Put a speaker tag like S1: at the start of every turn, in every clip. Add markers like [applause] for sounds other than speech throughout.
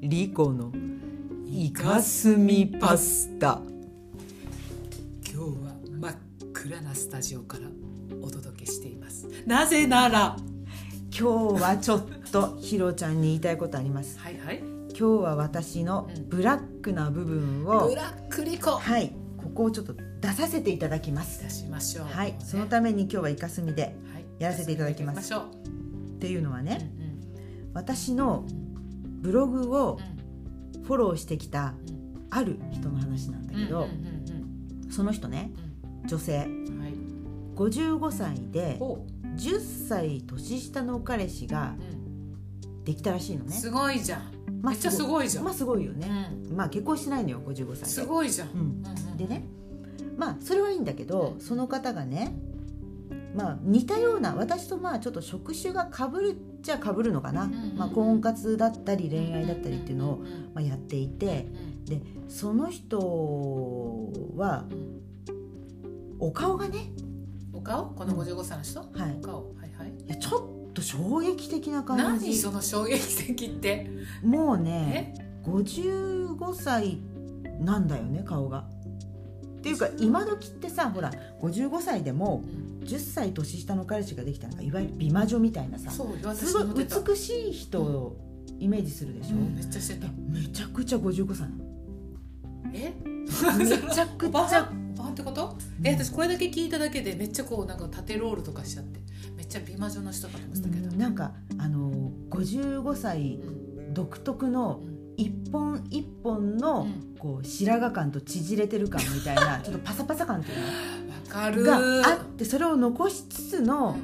S1: リコのイカスミパスタ
S2: 今日は真っ暗なスタジオからお届けしていますなぜなら
S1: 今日はちょっとひろちゃんに言いたいことあります
S2: はいはい
S1: 今日は私のブラックな部分を、
S2: ブラックリコ
S1: はいここをちょっと出させていただきます
S2: 出しましょう
S1: はい
S2: もうね
S1: そのために今日はイカスミで
S2: はい
S1: やらせていただきます
S2: 出させてい
S1: っていうのは
S2: ただきましょ
S1: ね
S2: ううん
S1: 私の
S2: うん
S1: ブログを
S2: うん
S1: フォローしてきた
S2: うん
S1: ある人の話なんだけ
S2: うん
S1: ど
S2: うんうん
S1: その人ね女性
S2: うんはい
S1: 55歳で
S2: お
S1: 10歳年下の彼氏が
S2: うん
S1: できたらしいのね
S2: すごいじゃん
S1: まあ
S2: めっちゃすごいじゃん
S1: まあすごいよ
S2: う
S1: ね、
S2: ん
S1: まあ結婚してないのよ55歳です
S2: ごいじゃん
S1: うん
S2: うんうん
S1: でねまあそれはいいんだけどその方がねまあ似たような私とまあちょっと職種がかぶるっちゃかぶるのかな、
S2: んうんうん
S1: まあ、婚活だったり恋愛だったりっていうのを
S2: んん
S1: まあやっていて
S2: うん
S1: その人は
S2: うん
S1: お顔がね、
S2: お顔この55歳の人
S1: はい
S2: お、顔はいはい
S1: いやちょっと衝撃的な感
S2: 何
S1: じ
S2: その衝撃的って
S1: もう
S2: え
S1: ね55歳なんだよね顔が。っていうか今時ってさほら55歳でも
S2: うん
S1: 10歳年下の彼氏ができたのがいわゆる美魔女みたいなさ
S2: そう私
S1: すご
S2: も出
S1: い
S2: たう
S1: 美しい人をイメージするでしょ、
S2: んめっちゃしてた
S1: めちゃくちゃ55歳
S2: え
S1: めちゃく
S2: お
S1: ち
S2: ばあ
S1: ゃ
S2: んおばあんってことえ私これだけ聞いただけでめっちゃこうなんか縦ロールとかしちゃってめっちゃ美魔女の人かと思ってたけど
S1: うんなんかあの55歳
S2: うん
S1: 独特の
S2: うん
S1: 一本一本
S2: う
S1: の
S2: ん
S1: こう白髪感と縮れてる感みた
S2: [laughs]
S1: いなちょっとパサパサ感っていう
S2: わかる
S1: のがあってそれを残しつつの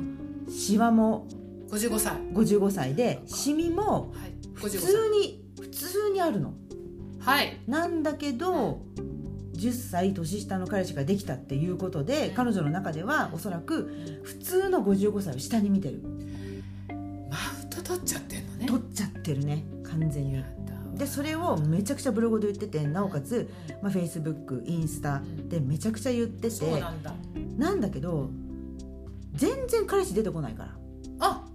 S1: シワも
S2: 五十五歳は
S1: 55歳でシミも
S2: い
S1: 普
S2: 五十五歳
S1: 通に普通にあるの。
S2: はい
S1: なんだけど10歳年下の彼氏ができたっていうことで彼女の中ではおそらく普通の55歳を下に見てる
S2: マウント取っちゃってんのね
S1: 取っちゃってるね完全に
S2: やだわ
S1: でそれをめちゃくちゃブログで言っててなおかつ、まあ、Facebook インスタでめちゃくちゃ言って
S2: うんそう
S1: て
S2: なんだ
S1: なんだけど全然彼氏出てこないから
S2: あ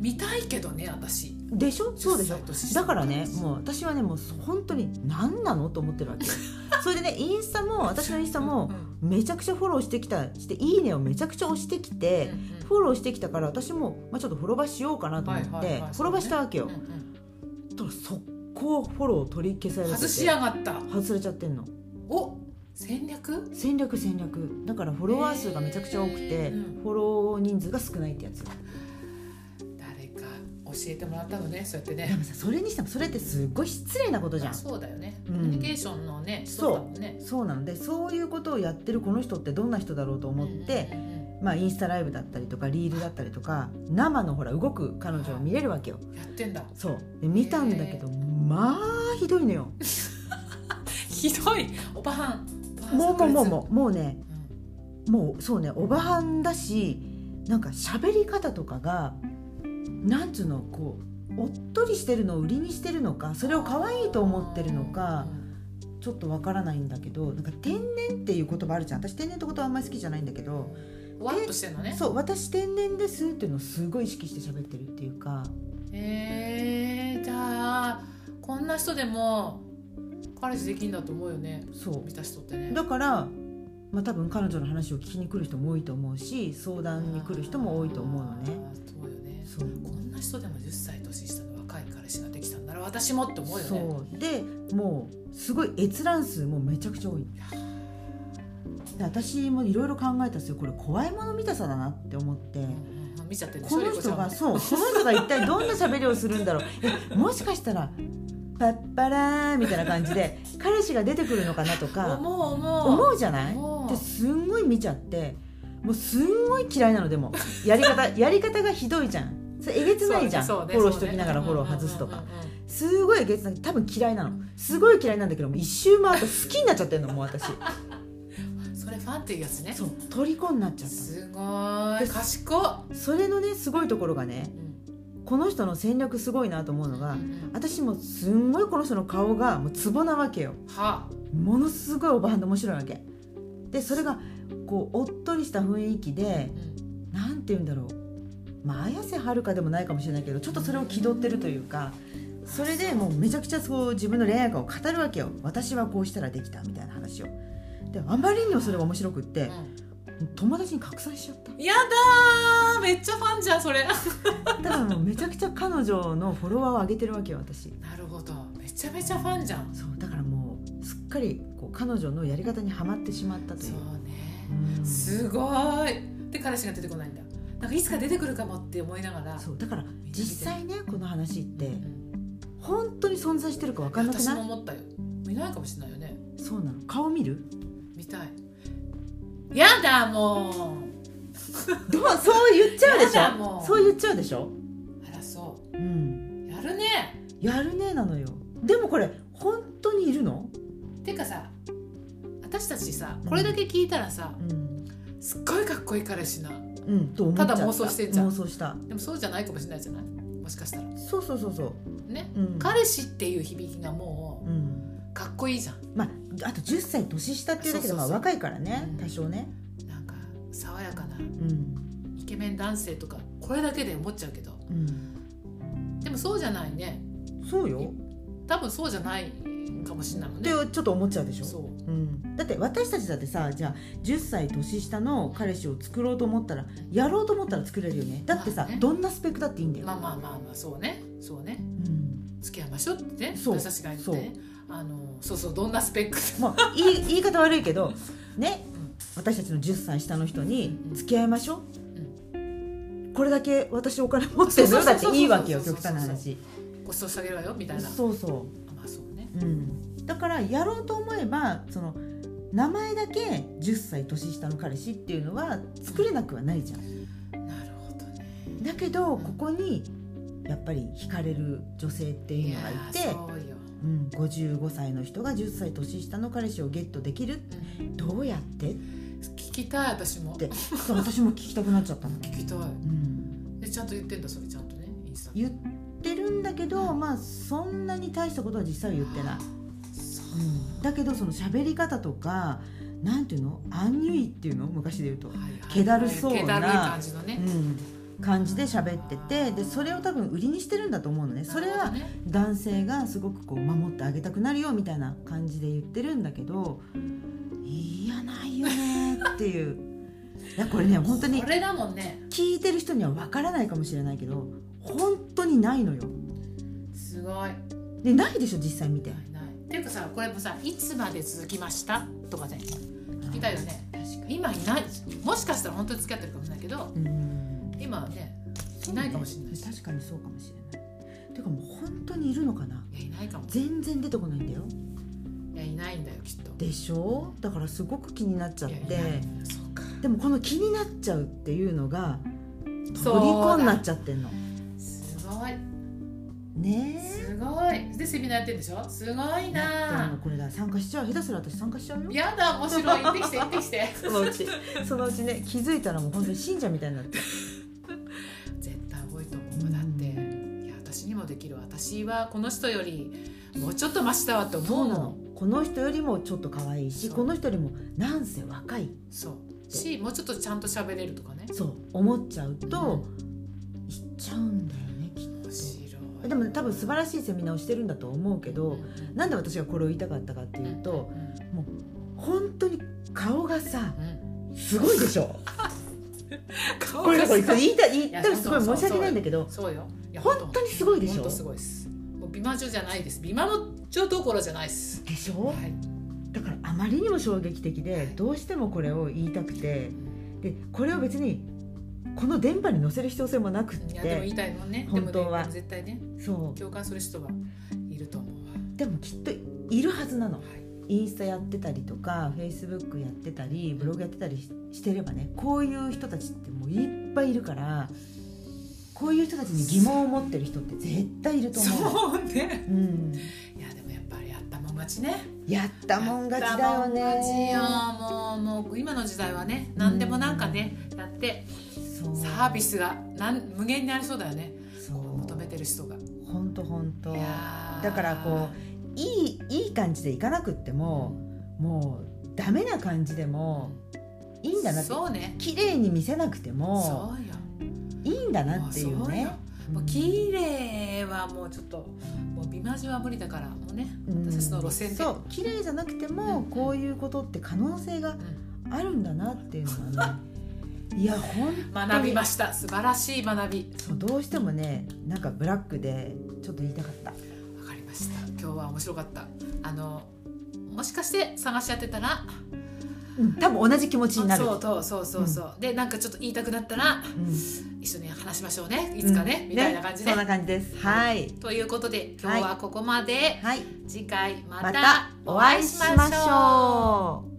S2: 見たいけどね私
S1: でしょそうでしょ
S2: 10歳年下
S1: だからねもう私はねもう本当に何なのと思っ
S2: [laughs]
S1: てるわけそれでねインスタも私のインスタも、
S2: うん
S1: めちゃくちゃフォローしてきたして「いいね」をめちゃくちゃ押してきて、
S2: うん
S1: フォローしてきたから私も、まあ、ちょっとフォロバしようかなと思って、
S2: はいはいはい
S1: フォロバしたわけよ、
S2: うんうん
S1: そしたら速攻フォロー取り消されてて
S2: 外しやがった
S1: 外されちゃってんの
S2: お戦略
S1: 戦略戦略だからフォロワー数がめちゃくちゃ多くて、
S2: うん
S1: フォロー人数が少ないってやつ
S2: 誰か教えてもらったのねそうやって
S1: で
S2: ね
S1: もさそれにしてもそれってすっごい失礼なことじゃん
S2: そうだよね、
S1: うん
S2: コミュニケーションのね
S1: そう
S2: だもんね
S1: そうなのでそういうことをやってるこの人ってどんな人だろうと思って、
S2: うんうん
S1: まあ、インスタライブだったりとかリールだったりとか生のほら動く彼女を見れるわけよ
S2: うんやって
S1: [laughs]
S2: んだ
S1: そうで見たんだけどまあひどいのよ
S2: ひどいおばはんおばはん
S1: もうも
S2: 炸裂
S1: うもうもうもうね
S2: うん
S1: もうそうねおばはんだしなんか喋り方とかがなんつうのこうおっとりしてるのを売りにしてるのかそれを可愛いと思ってるのか
S2: うん
S1: ちょっとわからないんだけどなんか天然っていう言葉あるじゃん私天然って言葉あんまり好きじゃないんだけど
S2: ふわっとしてんのね
S1: そう私天然ですっていうのをすごい意識して喋ってるっていうか
S2: えー、じゃあこんな人でも彼氏できんだと思うよね
S1: そう
S2: 見た人ってね
S1: だから、まあ、多分彼女の話を聞きに来る人も多いと思うし相談に来る人も多いと思うのね
S2: あーそうよね
S1: そう
S2: こんな人でも10歳年下の若い彼氏ができたんなら私もって思うよね
S1: そうでもうすごい閲覧数もめちゃくちゃ多いので私もいろいろ考えたんですよこれ怖いもの見たさだなって思って。
S2: うんうん見ちゃってるでしょ
S1: この
S2: りこちゃん
S1: 人
S2: も
S1: が
S2: ね
S1: そうこの人が一体どんな喋りをするんだろうえもしかしたらパッパラーみたいな感じで彼氏が出てくるのかなとか
S2: 思う思う
S1: 思うじゃない
S2: 思う
S1: ですんごい見ちゃってもうすんごい嫌いなのでもやり方 [laughs] やり方がひどいじゃんそれえげつないじゃん、
S2: そうね
S1: フォローし
S2: そうね
S1: ときながらフォロー外すとか、
S2: うんうんうんうん
S1: すごいえげつない多分嫌いなのすごい嫌いなんだけどもう一周回って好きになっちゃってるのも
S2: [laughs]
S1: う私
S2: うんそれファンっていうやつね
S1: そう虜になっちゃった
S2: すごい賢っ、
S1: のそれのねすごいところがねこの人の戦略すごいなと思うのが私もすんごいこの人の顔がもうツボなわけよ
S2: は
S1: ものすごいおばはんで面白いわけでそれがこうおっとりした雰囲気でなんて言うんだろうまあ綾瀬はるかでもないかもしれないけどちょっとそれを気取ってるというかそれでもうめちゃくちゃそう自分の恋愛観を語るわけよ私はこうしたらできたみたいな話をであまりにもそれが面白くって友達に拡散しちゃった
S2: やだーめっちゃファンじゃんそれな
S1: だからもうめちゃくちゃ彼女のフォロワーを上げてるわけよ私
S2: るほどめちゃめちゃファンじゃん
S1: そうだからもうすっかりこう彼女のやり方にはまってしまったとい
S2: そううね
S1: うん
S2: すごいで彼氏が出てこないんだなんかいつか出てくるかもって思いながら
S1: そうだから
S2: 見て
S1: 実際ねこの話って
S2: うん
S1: 本当に存在してるか分かんなく
S2: 私
S1: な
S2: も
S1: い
S2: 思ったよいないかもしれないよね
S1: そうなの顔見る
S2: 見たいやだも
S1: どうそう言っちゃうでし
S2: やだも
S1: ょ
S2: う
S1: そう言っちゃうでしょ
S2: うあらそ
S1: うん
S2: うやるね
S1: やるねなのよでもこれ本当にいるの
S2: てかさ私たちさこれだけ聞いたらさ
S1: うん、
S2: すっごいかっこいい彼氏な
S1: うん、と思っちゃった
S2: ただ妄想してんじゃん
S1: 妄想した
S2: でもそうじゃないかもしれないじゃないもしかしたら
S1: そうそうそうそう、
S2: ね
S1: うん、
S2: 彼氏っていう響きがも
S1: うん
S2: うかっこいいじゃん
S1: まああと10歳年下っていうだけで
S2: そう
S1: ま
S2: そう
S1: あ
S2: そう
S1: 若いからね
S2: うん
S1: 多少ね
S2: なんか爽やかな
S1: うん
S2: イケメン男性とかこれだけで思っちゃうけど
S1: うん
S2: でもそうじゃないね
S1: そうよ
S2: 多分そうじゃないかもしれないもん
S1: っ
S2: ね
S1: てちょっと思っちゃうでしょ
S2: そう
S1: うん、だって私たちだってさじゃあ10歳年下の彼氏を作ろうと思ったらやろうと思ったら作れるよねだってさ、
S2: まあね
S1: どんなスペックだっていいんだよ、
S2: まあまあまあまあそうねそうね
S1: うん
S2: 付き合いましょうってね
S1: そう
S2: 私たちが言ってねあのそうそうどんなスペックでも
S1: もう言い言い方悪いけどね
S2: うん
S1: 私たちの10歳下の人に
S2: うん
S1: 付き合いましょう、これだけ私お金持ってる
S2: そう
S1: の
S2: そ
S1: だ
S2: う
S1: っ
S2: そうそう
S1: ていいわけよ
S2: そう
S1: 極
S2: そうそう
S1: 端な話
S2: ごちそうしてあげるわよみたいな
S1: そうそ
S2: まあそうね
S1: う、うん、だからやろうと思えばその名前だけ10歳年下の彼氏っていうのは作れなくはないじゃん
S2: なるほどね
S1: だけどここにやっぱり惹かれる女性っていうのがいて
S2: やーそうよ、
S1: うん、55歳の人が10歳年下の彼氏をゲットできる
S2: うん
S1: どうやってっ
S2: 聞きたい私も
S1: てそう私も聞きたくなっちゃったの、
S2: 聞きたい
S1: うん、
S2: でちゃんと言ってんだそれちゃんとねインスタ
S1: 言ってるんだけどまあそんなに大したことは実際は言ってない、
S2: そう
S1: うん、だけどその喋り方とかなんていうのアンニュイっていうの昔で言うと、
S2: はいはいはい
S1: 気だるそうな
S2: 気だるい感じのね、
S1: うん、感じで喋っててでそれを多分売りにしてるんだと思うのねそれ
S2: なる
S1: は
S2: ほどね
S1: 男性がすごくこう守ってあげたくなるよみたいな感じで言ってるんだけどいやないよねっていういやこれね本当に
S2: これだもんね
S1: 聞いてる人にはわからないかもしれないけど本当にないのよ
S2: すごい
S1: でないでしょ実際見て
S2: ないないっていうかさこれもさ「いつまで続きました?」とかね聞
S1: 聞
S2: きたいよね今いないもしかしたら本当に付き合ってるかもしれないけど
S1: うん
S2: 今はねいないかもしれないし
S1: 確かにそうかもしれないてかもう本当にいるのかない
S2: やいないかも
S1: 全然出てこないんだよ
S2: いやいないんだよきっと
S1: でしょだからすごく気になっちゃっ
S2: いや
S1: て
S2: いないそうか
S1: でもこの気になっちゃうっていうのが
S2: そうだ
S1: 虜になっちゃってんの
S2: すごい
S1: ねえ
S2: すごいでセミナーやってるんでしょすごい
S1: な
S2: な
S1: これだ参加しちゃう下手すら私参加しちゃうよ
S2: やだ面白い行ってきて行ってき
S1: [laughs]
S2: て
S1: そのうちそのうちね気づいたらもう本当に信者みたいになって
S2: 絶対多いと思うだっていや私にもできる私はこの人よりもうちょっとマシだわって
S1: そ
S2: 思
S1: う
S2: う
S1: な
S2: の
S1: のこの人よりもちょっと可愛いし
S2: そう
S1: この人よりもなんせ若い
S2: そうしもうちょっとちゃんと喋れるとかね
S1: そう思っちゃうといっちゃうんだよねきっ
S2: 面白
S1: と
S2: い
S1: でもね多分素晴らしいセミナーをしてるんだと思うけどなんで私がこれを言いたかったかっていうと
S2: う
S1: 本当に顔がさ
S2: んうん
S1: すごいでしょ
S2: 顔
S1: これ
S2: が
S1: これ
S2: すごい
S1: 言いた言ったらすごい申し訳ないんだけど
S2: そうよいや
S1: 本当にすごいでし
S2: 本
S1: ょ
S2: 当すごいですもう美魔女じゃないです美魔女どころじゃないです
S1: でし
S2: は
S1: ょ
S2: い
S1: だからあまりにも衝撃的でどうしてもこれを言いたくてでこれを別にこの電波に載せる必要性もなくっ
S2: いやでも言
S1: て
S2: いたいもんね
S1: 本当は
S2: でもね絶対ね
S1: そう
S2: 共感する人はいると思うわ
S1: でもきっといるはずなの
S2: はい
S1: インスタやってたりとかフェイスブックやってたりブログやってたりししてればねこういう人たちってもういっぱいいるからこういう人たちに疑問を持ってる人って絶対いると思うの
S2: そうね
S1: うん、
S2: いやでもやっぱりやったもん勝ちね
S1: やったもん勝ちだよ
S2: や
S1: ね
S2: ったもん勝ちよもうもう今の時代はね何でもなんかねやって
S1: そう
S2: サービスがなん無限にありそうだよね
S1: そう
S2: 求めてる人がい
S1: ほんとほんと
S2: やー
S1: だからこういいいい感じでいかなくってももうダメな感じでもいいんだなって
S2: そうね
S1: 綺麗に見せなくても
S2: そうよ
S1: いいんだな
S2: も
S1: っ
S2: う
S1: て
S2: そ
S1: いう
S2: うよ
S1: ね
S2: もう綺麗はもうちょっともう美魔女は無理だからもうね
S1: うん
S2: 私たちの路線で、
S1: そう綺麗じゃなくても
S2: うん
S1: こういうことって可能性が
S2: うん
S1: あるんだなっていうのはね [laughs] いや本
S2: 学びました素晴らしい学び
S1: 当そうどうしてもねなんかブラックでちょっと言いたかった
S2: わかりました今日は面白かったあのもしかして探し当てたら
S1: 多分同じ気持ちになる
S2: そうそうそうそうそう、でなんかちょっと言いたくなったら
S1: うん
S2: 一緒に話しましょうねいつかね、みたいな感じで、
S1: そんな感じですはい
S2: ということで今日はここまで、
S1: はい
S2: 次回ま
S1: ま
S2: た
S1: た
S2: お
S1: お
S2: 会
S1: 会
S2: い
S1: い
S2: し
S1: し
S2: ましょう。
S1: ましょう